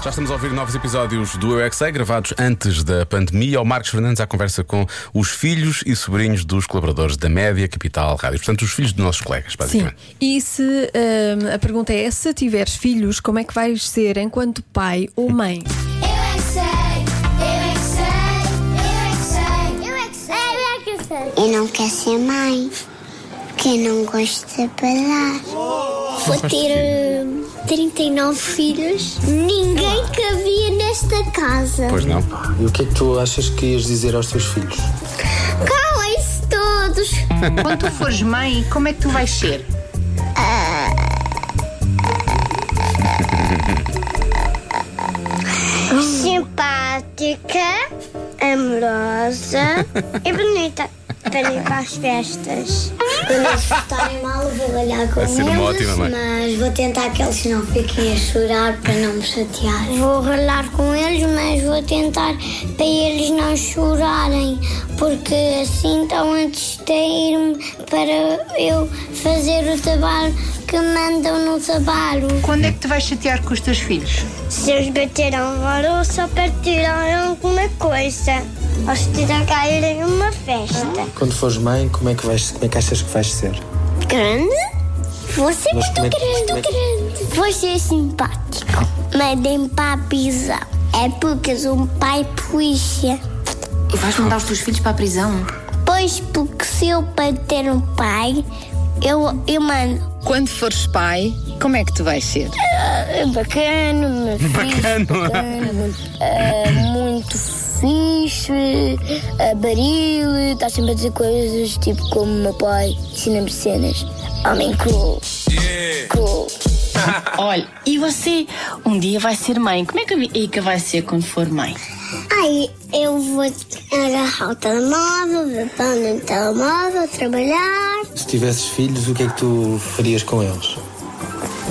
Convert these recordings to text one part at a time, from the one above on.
Já estamos a ouvir novos episódios do Eu é Que Sei, gravados antes da pandemia. O Marcos Fernandes à conversa com os filhos e sobrinhos dos colaboradores da Média Capital Rádio. Portanto, os filhos dos nossos colegas, Sim. basicamente. E se hum, a pergunta é: se tiveres filhos, como é que vais ser enquanto pai ou mãe? Eu é que sei, eu é que sei, eu é que sei, eu é que sei, eu é que sei, eu é que sei. Eu não quero ser mãe, porque eu não gosto de trabalhar. Vou ter hum, 39 filhos. Ninguém cabia nesta casa. Pois não? E o que é que tu achas que ias dizer aos teus filhos? Calem-se todos. Quando tu fores mãe, como é que tu vais ser? Simpática, amorosa e bonita. Para ir para as festas. Quando eles estarem mal, vou olhar com Vai ser uma eles, ótima mãe. mas vou tentar que eles não fiquem a chorar para não me chatear. Vou rolar com eles, mas vou tentar para eles não chorarem, porque assim estão a distrair-me para eu fazer o trabalho que mandam no trabalho. Quando é que tu vais chatear com os teus filhos? Se eles bateram agora ou só partiram alguma coisa. Ou se caírem uma festa. Quando fores mãe, como é que, vais, como é que achas que vais ser? Grande? Você é Mas muito como é que- grande, como é que- grande. Você é simpático. Mas tem papizão. É porque eu sou um pai polícia. E vais mandar os teus filhos para a prisão? Pois porque se eu bater um pai, eu, eu mando. Quando fores pai, como é que tu vais ser? É bacana, meu Bacana! ah, muito fixe, a baril, está sempre a dizer coisas tipo como o meu pai ensina-me cenas. Homem cool. Cool. Olha, e você um dia vai ser mãe. Como é que a Ica vai ser quando for mãe? Aí eu vou agarrar o telemóvel, ver pão no telemóvel, trabalhar. Se tivesses filhos, o que é que tu farias com eles?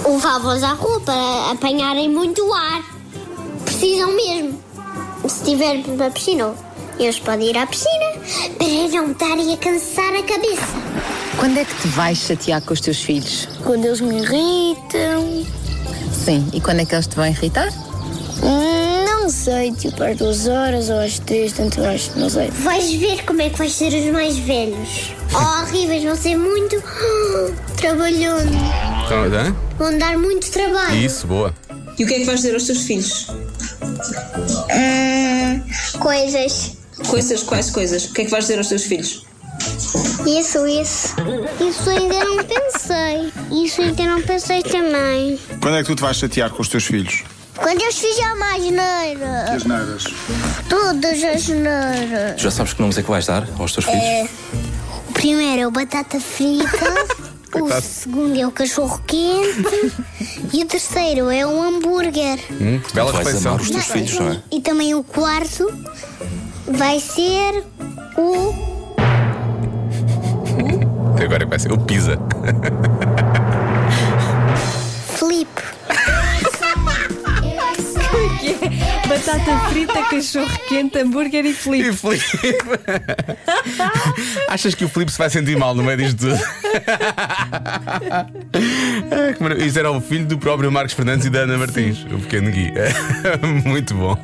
Levá-los à rua para apanharem muito ar. Precisam mesmo. Se tiver uma piscina, eles podem ir à piscina para não estarem a cansar a cabeça. Quando é que te vais chatear com os teus filhos? Quando eles me irritam. Sim, e quando é que eles te vão irritar? Hum, Não sei, tipo às duas horas ou às três, tanto acho, não sei. Vais ver como é que vais ser os mais velhos. Horríveis, vão ser muito trabalhando. Então, hã? Vão dar muito trabalho. Isso, boa. E o que é que vais dizer aos teus filhos? Coisas. Coisas, quais coisas? O que é que vais dizer aos teus filhos? Isso, isso. Isso ainda não pensei. Isso ainda não pensei também. Quando é que tu te vais chatear com os teus filhos? Quando eu fiz a mais neira, As neiras. todas as neiras. Já sabes que nomes é que vais dar aos teus filhos? O primeiro é o batata frita. O segundo é o cachorro quente e o terceiro é o hambúrguer. Hum, bela vais refeição. amar os teus filhos, não é? E também o quarto vai ser o Agora é vai ser o Pisa. Felipe. é. Batata frita, cachorro quente, hambúrguer e E Felipe. Filipe? Achas que o Filipe se vai sentir mal no meio disto tudo? Ah, que maravilha. Isto era o filho do próprio Marcos Fernandes e da Ana Martins, o pequeno Gui. Muito bom.